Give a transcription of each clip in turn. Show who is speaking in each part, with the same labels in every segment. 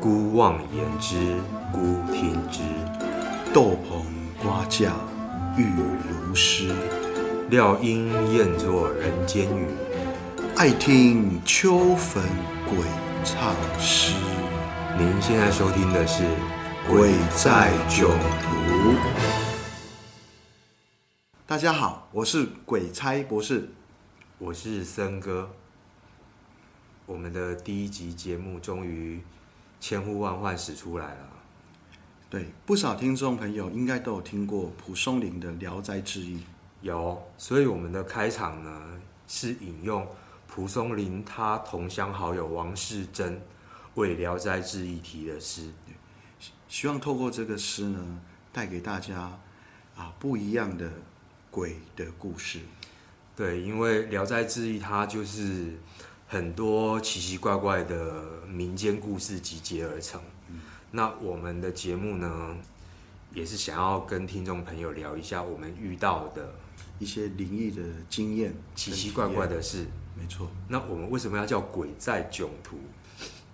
Speaker 1: 姑妄言之，姑听之。
Speaker 2: 豆棚瓜架雨如诗，
Speaker 1: 料应厌作人间语。
Speaker 2: 爱听秋坟鬼唱诗。
Speaker 1: 您现在收听的是《
Speaker 2: 鬼在囧途》。大家好，我是鬼差博士。
Speaker 1: 我是森哥。我们的第一集节目终于千呼万唤始出来了。
Speaker 2: 对，不少听众朋友应该都有听过蒲松龄的《聊斋志异》。
Speaker 1: 有，所以我们的开场呢是引用蒲松龄他同乡好友王士贞为《聊斋志异》题的诗。
Speaker 2: 希望透过这个诗呢，带给大家啊不一样的鬼的故事。
Speaker 1: 对，因为《聊斋志异》它就是很多奇奇怪怪的民间故事集结而成。那我们的节目呢，也是想要跟听众朋友聊一下我们遇到的
Speaker 2: 一些灵异的经验，
Speaker 1: 奇奇怪怪
Speaker 2: 跟体
Speaker 1: 的事。
Speaker 2: 验，没错，
Speaker 1: 那我们为什么要叫鬼在囧途？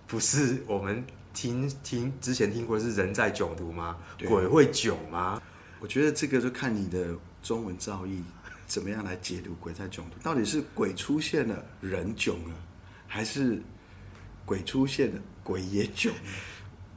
Speaker 1: 不是我们听听之前听过的是人在囧途吗？
Speaker 2: 对
Speaker 1: 鬼会囧吗？
Speaker 2: 我觉得这个就看你的中文造诣怎么样来解读“鬼在囧途”，到底是鬼出现了，人囧了，还是鬼出现了，鬼也囧了？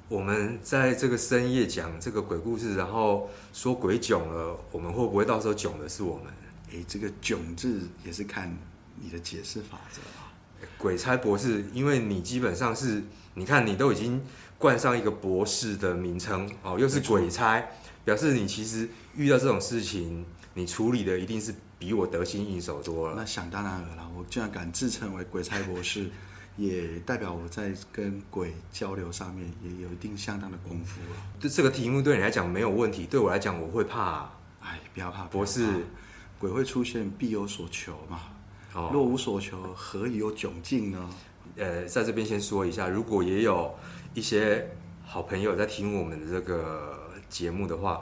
Speaker 1: 我们在这个深夜讲这个鬼故事，然后说鬼囧了，我们会不会到时候囧的是我们？
Speaker 2: 诶，这个“囧”字也是看你的解释法则啊。
Speaker 1: 鬼差博士，因为你基本上是，你看你都已经冠上一个博士的名称哦，又是鬼差，表示你其实遇到这种事情，你处理的一定是比我得心应手多了。
Speaker 2: 那想当然了啦，我竟然敢自称为鬼差博士，也代表我在跟鬼交流上面也有一定相当的功夫啊了。
Speaker 1: 对这个题目对你来讲没有问题，对我来讲我会怕、啊
Speaker 2: 哎，不要怕，
Speaker 1: 博士
Speaker 2: 不要怕鬼会出现，必有所求嘛。
Speaker 1: 哦，
Speaker 2: 若无所求，何以有窘境呢？
Speaker 1: 呃，在这边先说一下，如果也有一些好朋友在听我们的这个节目的话，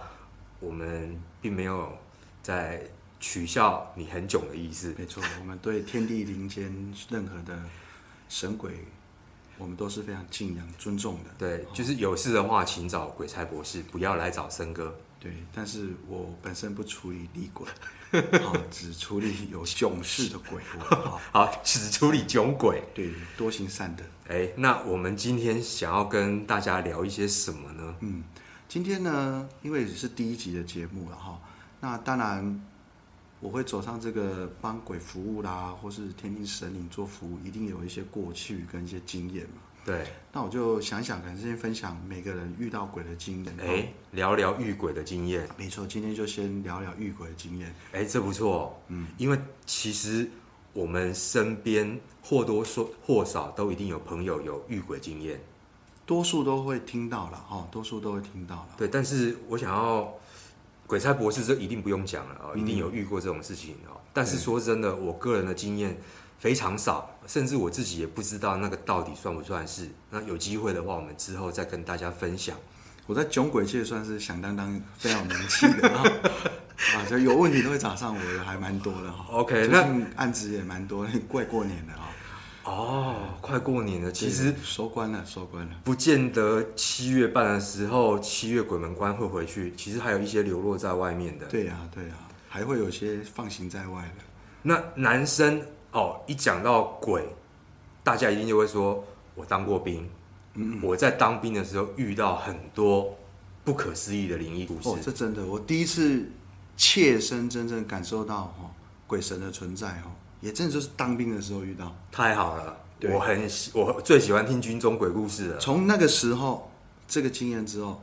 Speaker 1: 我们并没有在取笑你很囧的意思。
Speaker 2: 没错，我们对天地灵间任何的神鬼，我们都是非常敬仰、尊重的。
Speaker 1: 对，就是有事的话，请找鬼差博士，不要来找森哥。
Speaker 2: 对，但是我本身不处理厉鬼，好，只处理有囧事的鬼魂。好，
Speaker 1: 好，只处理囧鬼。
Speaker 2: 对，多行善德。
Speaker 1: 哎，那我们今天想要跟大家聊一些什么呢？
Speaker 2: 嗯，今天呢，因为是第一集的节目了哈，那当然我会走上这个帮鬼服务啦，或是天地神灵做服务，一定有一些过去跟一些经验嘛。
Speaker 1: 对，
Speaker 2: 那我就想一想，可能先分享每个人遇到鬼的经验。
Speaker 1: 哎，聊聊遇鬼的经验。
Speaker 2: 没错，今天就先聊聊遇鬼的经验。
Speaker 1: 哎，这不错，嗯，因为其实我们身边或多或少都一定有朋友有遇鬼经验，
Speaker 2: 多数都会听到了哈，多数都会听到了。
Speaker 1: 对。但是我想要鬼差博士这一定不用讲了哦，一定
Speaker 2: 嗯
Speaker 1: 有遇过这种事情哦。但是说真的，我个人的经验非常少，甚至我自己也不知道那个到底算不算是。那有机会的话，我们之后再跟大家分享。
Speaker 2: 我在囧鬼界算是响当当、非常有名气的哈。啊，就有问题都会找上我的，还蛮多的哈。
Speaker 1: OK，
Speaker 2: 最
Speaker 1: 那
Speaker 2: 近案子也蛮多， 快过年了啊。
Speaker 1: 哦，快过年了，其实
Speaker 2: 对收官了，收官了。
Speaker 1: 不见得七月半的时候，七月鬼门关会回去，其实还有一些流落在外面的。
Speaker 2: 对呀、啊对呀、还会有些放行在外的。
Speaker 1: 那男生哦，一讲到鬼，大家一定就会说，我当过兵，
Speaker 2: 嗯
Speaker 1: 我在当兵的时候遇到很多不可思议的灵异故事。
Speaker 2: 哦，这真的，我第一次切身真正感受到哦，鬼神的存在哦，也真的就是当兵的时候遇到。
Speaker 1: 太好了，
Speaker 2: 对
Speaker 1: 我很喜，我最喜欢听军中鬼故事了。
Speaker 2: 从那个时候，这个经验之后，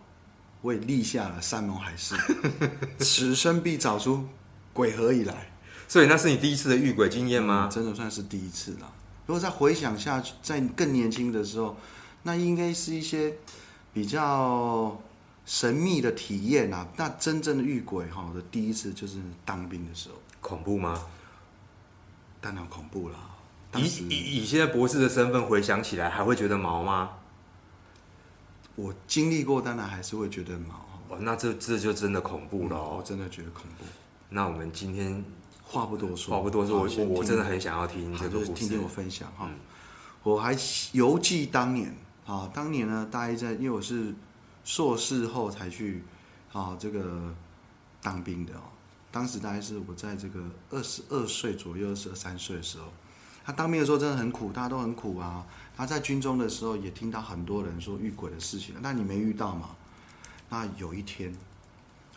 Speaker 2: 我也立下了山盟海誓， 此生必找出鬼何以来。
Speaker 1: 所以那是你第一次的遇鬼经验吗？
Speaker 2: 真的算是第一次了。如果再回想下去，在更年轻的时候，那应该是一些比较神秘的体验啊。那真正的遇鬼哈，我的第一次就是当兵的时候，
Speaker 1: 恐怖吗？
Speaker 2: 当然恐怖啦。当
Speaker 1: 以
Speaker 2: 时
Speaker 1: 以以现在博士的身份回想起来，还会觉得毛吗？
Speaker 2: 我经历过，当然还是会觉得很毛哈。
Speaker 1: 哦，那这这就真的恐怖了、
Speaker 2: 我
Speaker 1: 哦。
Speaker 2: 真的觉得恐怖。
Speaker 1: 那我们今天
Speaker 2: 话不多说，
Speaker 1: 话不多说，
Speaker 2: 好
Speaker 1: 我
Speaker 2: 先
Speaker 1: 我
Speaker 2: 听
Speaker 1: 真的很想要听
Speaker 2: 好
Speaker 1: 这个嗯
Speaker 2: 就是
Speaker 1: 故
Speaker 2: 听听
Speaker 1: 事
Speaker 2: 我。分享哈。我还犹记当年啊，当年呢，大一在，因为我是硕士后才去啊这个当兵的哦。当时大概是我在这个二十二岁左右，二十二三岁的时候，他当兵的时候真的很苦，大家都很苦啊。他在军中的时候也听到很多人说遇鬼的事情，那你没遇到嘛？那有一天，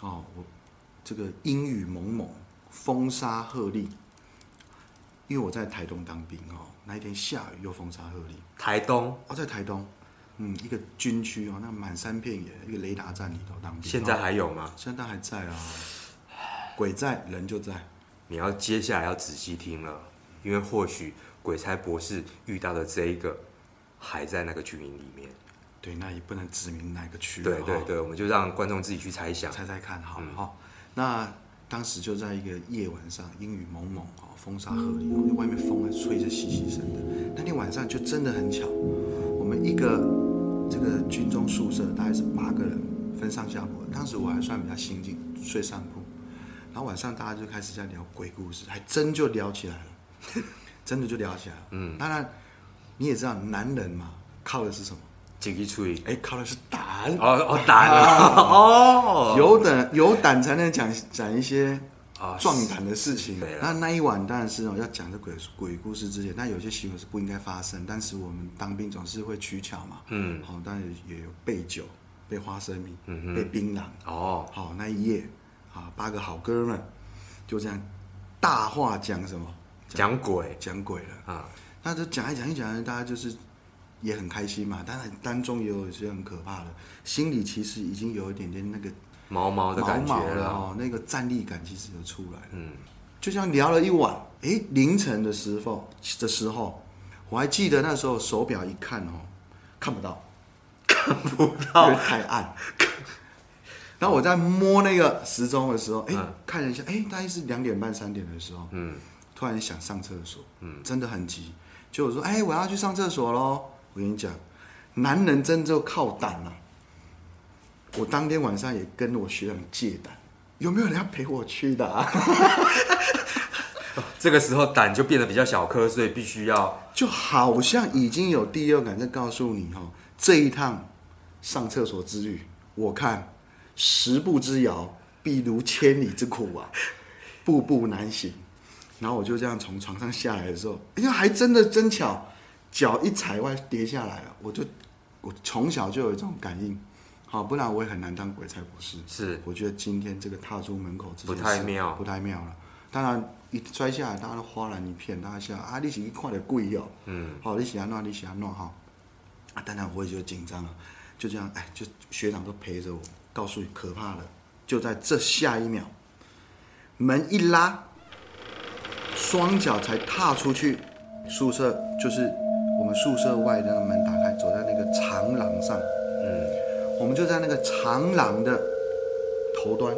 Speaker 2: 哦，我这个阴雨蒙蒙，风沙鹤唳，因为我在台东当兵哦，那一天下雨又风沙鹤唳。
Speaker 1: 台东
Speaker 2: 哦，在台东，嗯，一个军区哦，那满山遍野，一个雷达站里头当兵。
Speaker 1: 现在
Speaker 2: 哦
Speaker 1: 还有吗？
Speaker 2: 现在还在啊，鬼在人就在。
Speaker 1: 你要接下来要仔细听了，因为或许鬼差博士遇到的这一个还在那个军营里面。
Speaker 2: 对，那也不能指明哪个区、哦。
Speaker 1: 对对对，我们就让观众自己去猜想。
Speaker 2: 猜猜看好了哈、那当时就在一个夜晚上，阴雨蒙蒙哦，风沙鹤唳哦，因为外面风还吹着淅淅声的。那天晚上就真的很巧，我们一个这个军中宿舍大概是八个人分上下铺，当时我还算比较新进，睡上铺。然后晚上大家就开始在聊鬼故事，还真就聊起来了， 真的就聊起来了。嗯，当然你也知道，男人嘛，靠的是什么？
Speaker 1: 几个注意。
Speaker 2: 哎，靠的是胆。
Speaker 1: 哦 哦，胆啊！ 哦，
Speaker 2: 有胆有胆才能讲讲一些
Speaker 1: 啊
Speaker 2: 壮胆的事情
Speaker 1: 对。了啊
Speaker 2: 那那一晚当然是哦，要讲这鬼鬼故事之前，那有些行为是不应该发生，但是我们当兵总是会取巧嘛，
Speaker 1: 嗯，
Speaker 2: 好、当然也有备酒、备花生米、
Speaker 1: 嗯哼
Speaker 2: 备槟榔。
Speaker 1: 哦，
Speaker 2: 好、那一夜啊，八个好哥们就这样大话讲什么？
Speaker 1: 讲鬼
Speaker 2: 讲鬼了。
Speaker 1: 啊，
Speaker 2: 那就讲一讲一讲，大家就是也很开心嘛。当然，当中也有一些很可怕的，心里其实已经有一点点那个
Speaker 1: 毛毛的
Speaker 2: 毛
Speaker 1: 感觉
Speaker 2: 毛了
Speaker 1: 了。
Speaker 2: 哦，那个站立感其实就出来了。
Speaker 1: 嗯，
Speaker 2: 就像聊了一晚，诶，凌晨的时候的时候，我还记得那时候手表一看哦，看不到，看不到，因为太暗。然后我在摸那个时钟的时候，诶，
Speaker 1: 嗯
Speaker 2: 看了一下，诶，大概是两点半、三点的时候，
Speaker 1: 嗯，
Speaker 2: 突然想上厕所，嗯，真的很急。就我说，诶，我要去上厕所喽。我跟你讲，男人真就靠胆啊。我当天晚上也跟我学长借胆，有没有人要陪我去的啊？
Speaker 1: 这个时候胆就变得比较小颗，所以必须要
Speaker 2: 就好像已经有第六感在告诉你哦，这一趟上厕所之旅，我看十步之遥，必如千里之苦啊， 步步难行。然后我就这样从床上下来的时候，哎呀，还真的真巧，脚一踩外跌下来了。我就我从小就有这种感应，好，不然我也很难当鬼差博士。
Speaker 1: 是
Speaker 2: 我觉得今天这个踏出门口这件事
Speaker 1: 不太妙
Speaker 2: 不太妙了。当然，一摔下来，大家都哗然一片，大家想啊，你是去看的鬼哦，嗯，好、你喜欢弄，你喜欢弄哈。啊，当然我也就紧张了，就这样，哎，就学长都陪着我，告诉你可怕了，就在这下一秒，门一拉，双脚才踏出去，宿舍就是我们宿舍外的那个门打开，走在那个长廊上，嗯，我们就在那个长廊的头端，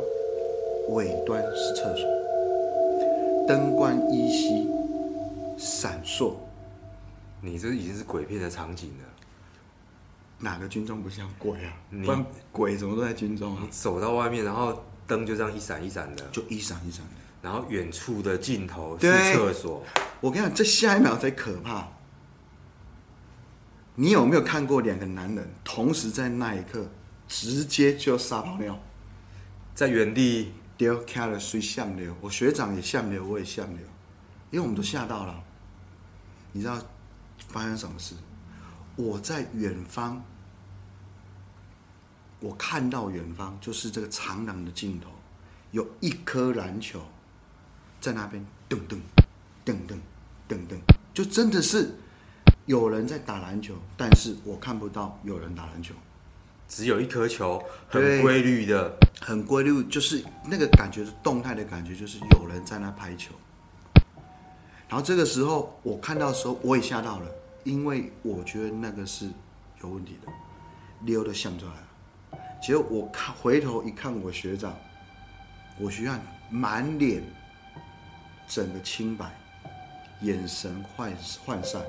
Speaker 2: 尾端是厕所，灯光依稀闪烁，
Speaker 1: 你这已经是鬼片的场景了。
Speaker 2: 哪个军中不像鬼啊？
Speaker 1: 你
Speaker 2: 不然鬼怎么都在军中啊
Speaker 1: 你？走到外面，然后灯就这样一闪一闪的，
Speaker 2: 就一闪一闪的。
Speaker 1: 然后远处的尽头是
Speaker 2: 对
Speaker 1: 厕所，
Speaker 2: 我跟你讲，这下一秒才可怕。你有没有看过两个男人同时在那一刻直接就撒泡尿？
Speaker 1: 在原地
Speaker 2: 丢开了水相流，我学长也相流，我也相流，因为我们都吓到了。你知道发生什么事？我在远方，我看到远方就是这个长廊的尽头，有一颗篮球在那边噔噔噔噔噔噔，就真的是有人在打篮球，但是我看不到有人打篮球。
Speaker 1: 只有一颗球，
Speaker 2: 对
Speaker 1: 很规律的，
Speaker 2: 很规律，就是那个感觉是动态的感觉，就是有人在那拍球。然后这个时候我看到的时候，我也吓到了，因为我觉得那个是有问题的，溜的想出来了。结果我看回头一看，我学长，我学长满脸整个清白，眼神涣涣散，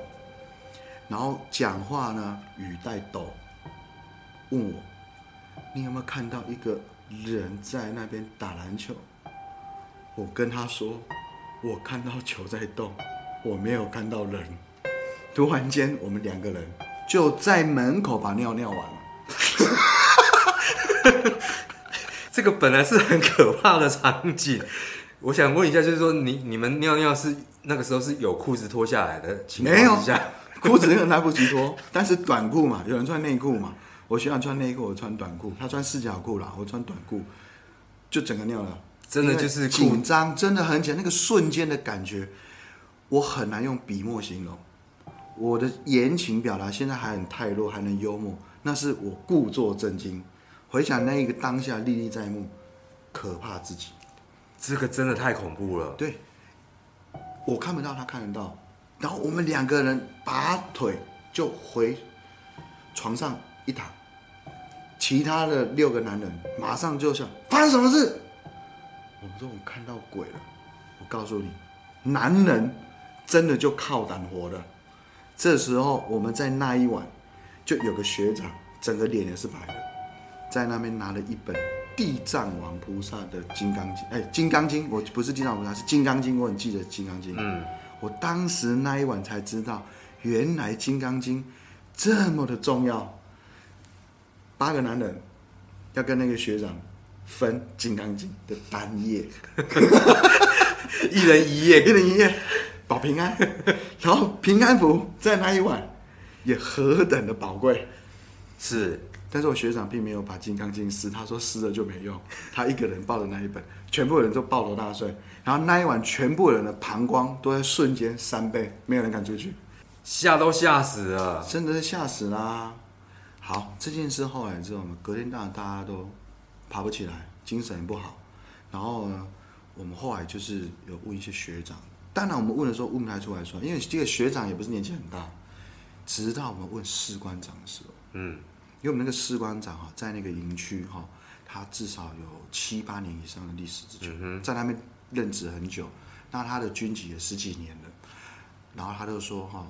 Speaker 2: 然后讲话呢语带抖，问我你有没有看到一个人在那边打篮球？我跟他说，我看到球在动，我没有看到人。突然间，我们两个人就在门口把尿尿完了。
Speaker 1: 这个本来是很可怕的场景。 我想问一下，就是说你你们尿尿是那个时候是有裤子脱下来的情
Speaker 2: 没有
Speaker 1: 况之下，
Speaker 2: 裤子那个来不及脱，但是短裤嘛，有人穿内裤嘛，我学长穿内裤，我穿短裤，他穿四角裤啦，我穿短裤，就整个尿了，
Speaker 1: 真的就是裤
Speaker 2: 紧张，真的很紧，那个瞬间的感觉，我很难用笔墨形容。我的言情表达现在还很太弱，还能幽默，那是我故作震惊，回想那一个当下历历在目，可怕至极。
Speaker 1: 这个真的太恐怖了。
Speaker 2: 对，我看不到，他看得到。然后我们两个人拔腿就回床上一躺，其他的六个男人马上就想发生什么事。我们说我们看到鬼了。我告诉你，男人真的就靠胆活的。这时候我们在那一晚，就有个学长，整个脸也是白的，在那边拿了一本地藏王菩萨的《金刚经》，哎，《金刚经》，我不是地藏王菩萨，是《金刚经》，我很记得《金刚经》。嗯，我当时那一晚才知道，原来《金刚经》这么的重要。八个男人要跟那个学长分《金刚经》的单页。
Speaker 1: 一人一夜
Speaker 2: 一人一夜保平安，然后平安符在那一晚也何等的宝贵。
Speaker 1: 是
Speaker 2: 但是我学长并没有把《金刚经》撕，他说撕了就没用，他一个人抱着那一本，全部人都抱头大睡。然后那一晚，全部人的膀胱都在瞬间三倍，没有人敢出去，
Speaker 1: 吓都吓死了。
Speaker 2: 真的是吓死啦。好，这件事后来之后，我们隔天大大家都爬不起来，精神也不好。然后呢，我们后来就是有问一些学长，当然我们问的时候问不太出来说，因为这个学长也不是年纪很大。直到我们问士官长的时候，
Speaker 1: 嗯，
Speaker 2: 因为我们那个士官长哈，在那个营区哈，他至少有七八年以上的历史之久，在那边任职很久，那他的军籍也十几年了。然后他就说哈，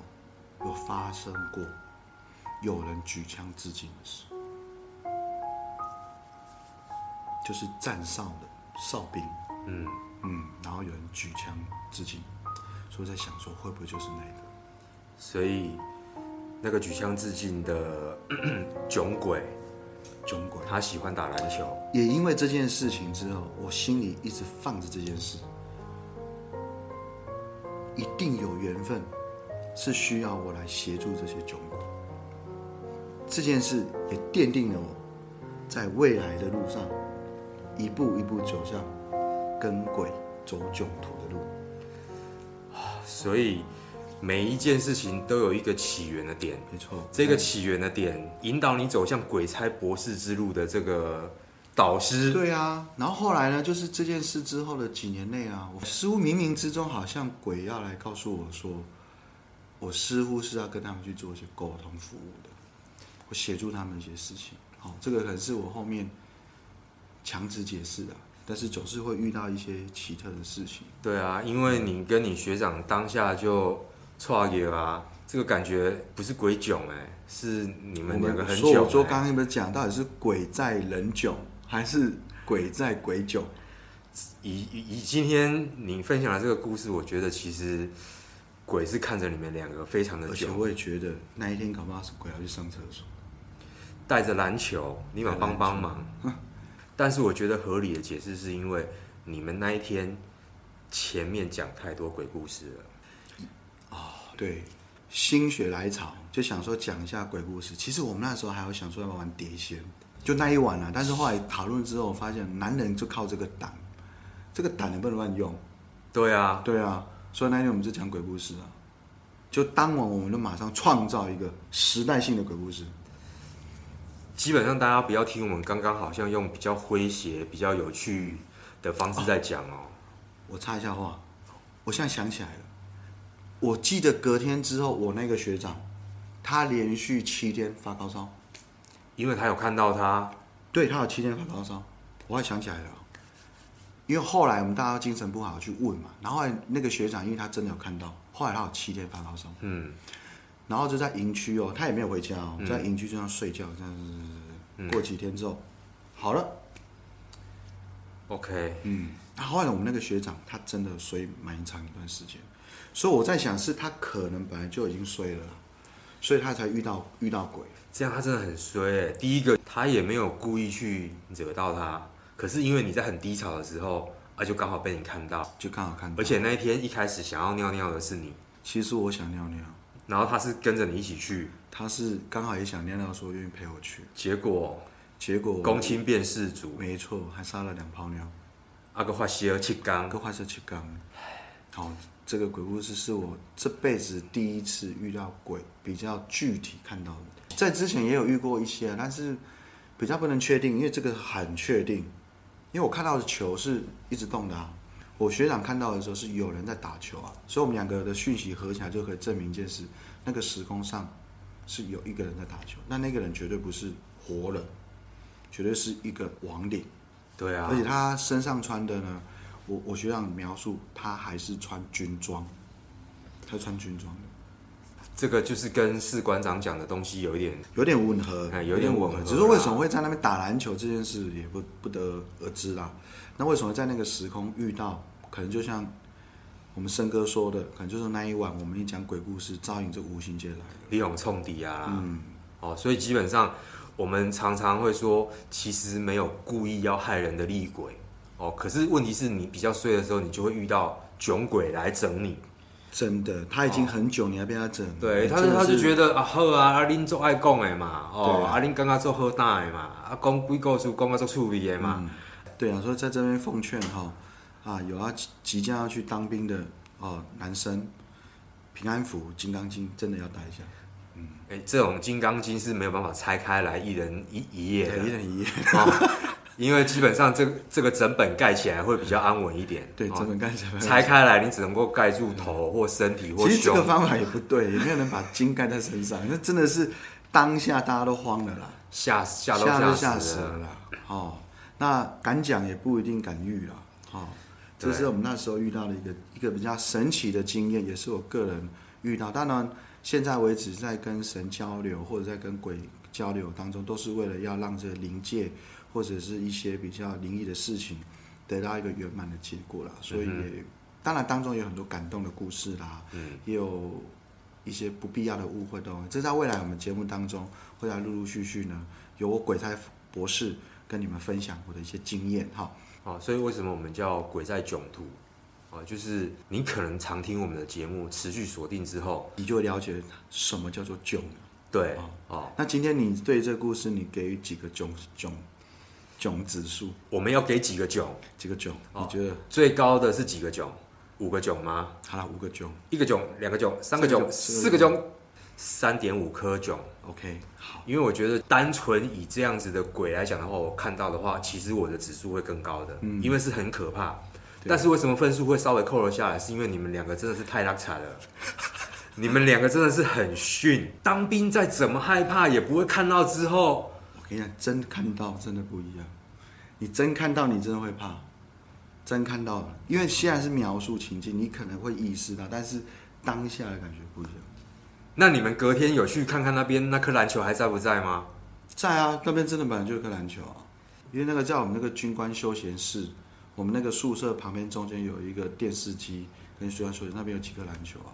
Speaker 2: 有发生过有人举枪自尽的事，就是站哨的哨兵，
Speaker 1: 嗯，
Speaker 2: 嗯，然后有人举枪自尽，所以我在想说会不会就是那个？
Speaker 1: 所以那个举枪自尽的 囧鬼，
Speaker 2: 中国人
Speaker 1: 他喜欢打篮球，
Speaker 2: 也因为这件事情之后，我心里一直放着这件事，一定有缘分是需要我来协助这些囧鬼。这件事也奠定了我在未来的路上一步一步走向跟鬼走囧途的路。
Speaker 1: 所以每一件事情都有一个起源的点。
Speaker 2: 没错，
Speaker 1: 这个起源的点引导你走向鬼差博士之路的这个导师，
Speaker 2: 对啊，然后后来呢，就是这件事之后的几年内啊，我似乎冥冥之中好像鬼要来告诉我说，我似乎是要跟他们去做一些沟通服务的，我协助他们一些事情。好、这个可能是我后面强制解释的，但是总是会遇到一些奇特的事情。
Speaker 1: 对啊，因为你跟你学长当下就创业啊，这个感觉不是鬼囧哎、是你们两个很欸
Speaker 2: 说
Speaker 1: 久、
Speaker 2: 我说刚刚有没有讲，到底是鬼在人囧，还是鬼在鬼囧？
Speaker 1: 以以以今天你分享的这个故事，我觉得其实鬼是看着你们两个非常的
Speaker 2: 而且
Speaker 1: 久，
Speaker 2: 我也觉得那一天搞不好是鬼要去上厕所。
Speaker 1: 带着篮球，你们帮帮忙。 但是我觉得合理的解释是因为你们那一天前面讲太多鬼故事了。
Speaker 2: 对，心血来潮就想说讲一下鬼故事。其实我们那时候还有想说要不要玩碟仙，就那一晚啊。但是后来讨论之后，我发现男人就靠这个胆，这个胆能不能乱用？
Speaker 1: 对啊，
Speaker 2: 对啊，所以那天我们就讲鬼故事啊。就当晚我们就马上创造一个时代性的鬼故事。
Speaker 1: 基本上大家不要听我们刚刚好像用比较诙谐、比较有趣的方式在讲哦。
Speaker 2: 我插一下话，我现在想起来了，我记得隔天之后，我那个学长，他连续七天发高烧。
Speaker 1: 因为他有看到他，
Speaker 2: 对他有七天发高烧，我还想起来了，因为后来我们大家都精神不好去问嘛，然后后来那个学长因为他真的有看到，后来他有七天发高烧，
Speaker 1: 嗯
Speaker 2: 然后就在营区哦，他也没有回家哦，在营区就这样睡觉，这样子、过几天之后好了，
Speaker 1: ，OK，
Speaker 2: 嗯，然后后来我们那个学长他真的衰蛮长一段时间，所以我在想是他可能本来就已经衰了啦，所以他才遇到遇到鬼。
Speaker 1: 这样他真的很衰、欸。第一个，他也没有故意去惹到他，可是因为你在很低潮的时候，啊，就刚好被你看到，
Speaker 2: 就刚好看到。
Speaker 1: 而且那一天一开始想要尿尿的是你，
Speaker 2: 其实我想尿尿，
Speaker 1: 然后他是跟着你一起去，
Speaker 2: 他是刚好也想尿尿，说愿意陪我去，
Speaker 1: 结果
Speaker 2: 结果
Speaker 1: 公亲变世主，
Speaker 2: 没错，还撒了两泡尿，
Speaker 1: 阿啊个发西尔气缸
Speaker 2: 两，个坏事去干。好，这个鬼故事是我这辈子第一次遇到鬼，比较具体看到的。在之前也有遇过一些，啊但是比较不能确定，因为这个很确定，因为我看到的球是一直动的啊。我学长看到的时候是有人在打球啊，所以我们两个的讯息合起来就可以证明一件事：那个时空上是有一个人在打球，那那个人绝对不是活人，绝对是一个亡灵。
Speaker 1: 对啊
Speaker 2: 而，且他身上穿的呢，我我学长描述他还是穿军装，他穿军装的，
Speaker 1: 这个就是跟士官长讲的东西有一点，
Speaker 2: 有点吻合
Speaker 1: 哎，有点吻合啦
Speaker 2: 只是为什么会在那边打篮球这件事也不不得而知啦。那为什么在那个时空遇到，可能就像我们森哥说的，可能就是那一晚我们一讲鬼故事，照应这无形界来的。
Speaker 1: 李勇冲敌啊，
Speaker 2: 嗯
Speaker 1: 哦，所以基本上我们常常会说，其实没有故意要害人的厉鬼，哦，可是问题是你比较衰的时候，你就会遇到囧鬼来整你。
Speaker 2: 真的，他已经很久你还被他整，
Speaker 1: 哦对，他
Speaker 2: 真
Speaker 1: 就
Speaker 2: 的
Speaker 1: 他就是觉得啊好啊，啊恁做爱讲的嘛，哦，
Speaker 2: 对啊
Speaker 1: 啊恁刚刚做好大的嘛，啊讲几故事讲啊做趣味的嘛，
Speaker 2: 对啊，所以在这边奉劝哈、啊，有要即即将要去当兵的哦，男生平安符、金刚经真的要带一下，嗯
Speaker 1: 哎、这种《金刚经》是没有办法拆开来一人一一页
Speaker 2: 一
Speaker 1: 的，
Speaker 2: 人一页，
Speaker 1: 哦，因为基本上这个这个整本盖起来会比较安稳一点，
Speaker 2: 对，
Speaker 1: 哦
Speaker 2: 整本干起来。
Speaker 1: 拆开来你只能够盖住头或身体或
Speaker 2: 其实这
Speaker 1: 胸
Speaker 2: 个，方法也不对，也没有人把金盖在身上，那真的是当下大家都慌了啦，
Speaker 1: 吓吓都
Speaker 2: 都
Speaker 1: 吓
Speaker 2: 吓
Speaker 1: 死了。
Speaker 2: 了啦。哦，那敢讲也不一定敢遇啦。哦，这
Speaker 1: 对
Speaker 2: 是我们那时候遇到的一个一个比较神奇的经验，也是我个人遇到。当然，现在为止在跟神交流或者在跟鬼交流当中，都是为了要让这个灵界或者是一些比较灵异的事情得到一个圆满的结果啦。所以也、当然当中有很多感动的故事啦，
Speaker 1: 嗯
Speaker 2: 也有一些不必要的误会都。这在未来我们节目当中会来陆陆续续呢，由我鬼才博士跟你们分享我的一些经验哈。
Speaker 1: 哦，所以为什么我们叫鬼在囧途？哦，就是你可能常听我们的节目，持续锁定之后，
Speaker 2: 你就了解什么叫做囧。
Speaker 1: 对
Speaker 2: 哦
Speaker 1: 哦，
Speaker 2: 那今天你对这个故事，你给予几个囧囧囧指数？
Speaker 1: 我们要给几个囧？
Speaker 2: 几个囧？
Speaker 1: 哦
Speaker 2: 你觉得？
Speaker 1: 最高的是几个囧？五个囧吗？
Speaker 2: 好了，五个囧。
Speaker 1: 一个囧，两个囧，三个囧，四
Speaker 2: 四
Speaker 1: 个
Speaker 2: 个囧
Speaker 1: 囧，三点五颗囧。
Speaker 2: OK，好，
Speaker 1: 因为我觉得单纯以这样子的鬼来讲的话，我看到的话，其实我的指数会更高的，因为是很可怕。
Speaker 2: 嗯对
Speaker 1: 但是为什么分数会稍微扣了下来？是因为你们两个真的是太拉惨 了，你们两个真的是很逊。当兵再怎么害怕，也不会看到之后，
Speaker 2: 我跟你讲，真看到真的不一样。你真看到，你真的会怕。真看到了，因为现在是描述情境，你可能会意识到，但是当下的感觉不一样。
Speaker 1: 那你们隔天有去看看那边那颗篮球还在不在吗？
Speaker 2: 在啊，那边真的本来就有个篮球啊，因为那个在我们那个军官休闲室，我们那个宿舍旁边中间有一个电视机跟军官休闲，那边有几个篮球啊。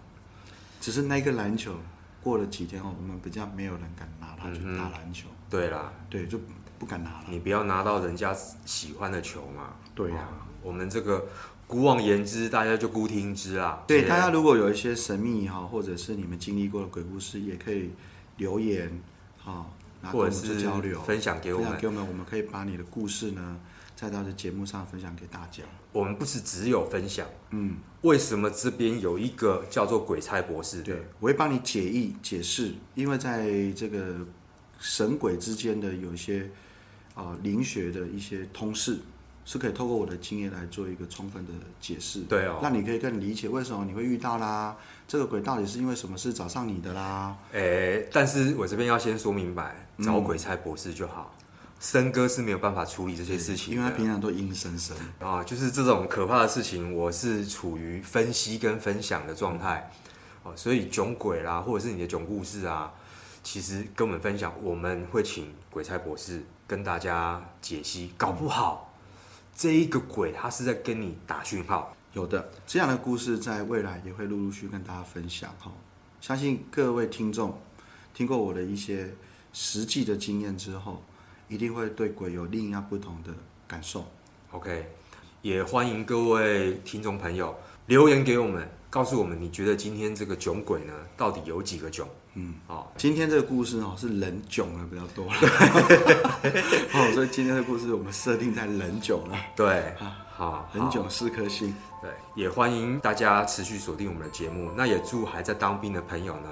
Speaker 2: 只是那个篮球过了几天后，我们比较没有人敢拿它去
Speaker 1: 嗯哼
Speaker 2: 打篮球，
Speaker 1: 对啦，
Speaker 2: 对，就不敢拿了。
Speaker 1: 你不要拿到人家喜欢的球嘛。
Speaker 2: 对呀
Speaker 1: 哦我们这个姑妄言之，大家就姑听之啦。
Speaker 2: 对，
Speaker 1: 这
Speaker 2: 大家如果有一些神秘哈，或者是你们经历过的鬼故事，也可以留言哈，然后
Speaker 1: 或
Speaker 2: 跟我
Speaker 1: 者
Speaker 2: 们做
Speaker 1: 是
Speaker 2: 交流，
Speaker 1: 分享啊给我
Speaker 2: 分
Speaker 1: 们
Speaker 2: 享。给我们，我们可以把你的故事呢，在到这节目上分享给大家。
Speaker 1: 我们不是只有分享，
Speaker 2: 嗯，
Speaker 1: 为什么这边有一个叫做鬼差博士？
Speaker 2: 对，我会帮你解义解释，因为在这个神鬼之间的有一些啊、灵学的一些通识，是可以透过我的经验来做一个充分的解释。
Speaker 1: 对哦，
Speaker 2: 让你可以更理解为什么你会遇到啦，这个鬼到底是因为什么事找上你的啦？
Speaker 1: 诶、但是我这边要先说明白，找鬼差博士就好。森哥是没有办法处理这些事情
Speaker 2: 因为他
Speaker 1: 的
Speaker 2: 平常都阴森森。
Speaker 1: 啊，就是这种可怕的事情，我是处于分析跟分享的状态
Speaker 2: 嗯
Speaker 1: 哦，所以囧鬼啦，或者是你的囧故事啊，其实跟我们分享，我们会请鬼差博士跟大家解析，搞不好这一个鬼他是在跟你打讯号。
Speaker 2: 有的，这样的故事在未来也会陆陆续跟大家分享哈、相信各位听众听过我的一些实际的经验之后，一定会对鬼有另一样不同的感受。
Speaker 1: OK，也欢迎各位听众朋友留言给我们，告诉我们你觉得今天这个囧鬼呢，到底有几个囧？嗯，哦，
Speaker 2: 今天这个故事哦是人囧了比较 多了，哦，所以今天的故事我们设定在人囧了，
Speaker 1: 对，好，
Speaker 2: 人
Speaker 1: 久。
Speaker 2: 囧四颗星，
Speaker 1: 对，也欢迎大家持续锁定我们的节目。那也祝还在当兵的朋友呢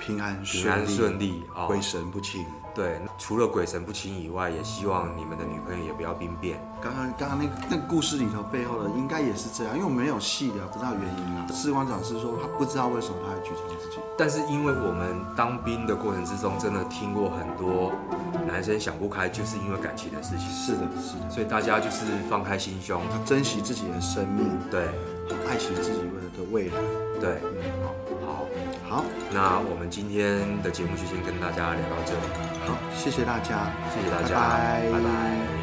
Speaker 2: 平安
Speaker 1: 平安
Speaker 2: 顺
Speaker 1: 顺
Speaker 2: 利，
Speaker 1: 利哦
Speaker 2: 鬼。神不侵。
Speaker 1: 对，除了鬼神不侵以外，也希望你们的女朋友也不要兵变。
Speaker 2: 刚刚刚刚那个那个故事里头背后的应该也是这样，因为我没有细聊，不知道原因啊。士官长是说他不知道为什么他会举枪自己，
Speaker 1: 但是因为我们当兵的过程之中，真的听过很多男生想不开，就是因为感情的事情。
Speaker 2: 是的，是的，
Speaker 1: 所以大家就是放开心胸，
Speaker 2: 他珍惜自己的生命，
Speaker 1: 对
Speaker 2: 爱惜自己未来的未来。嗯
Speaker 1: 对，好，好。
Speaker 2: 好，
Speaker 1: 那我们今天的节目就先跟大家聊到这里，
Speaker 2: 好，谢谢大家，
Speaker 1: 谢谢大家，
Speaker 2: 拜拜
Speaker 1: 拜拜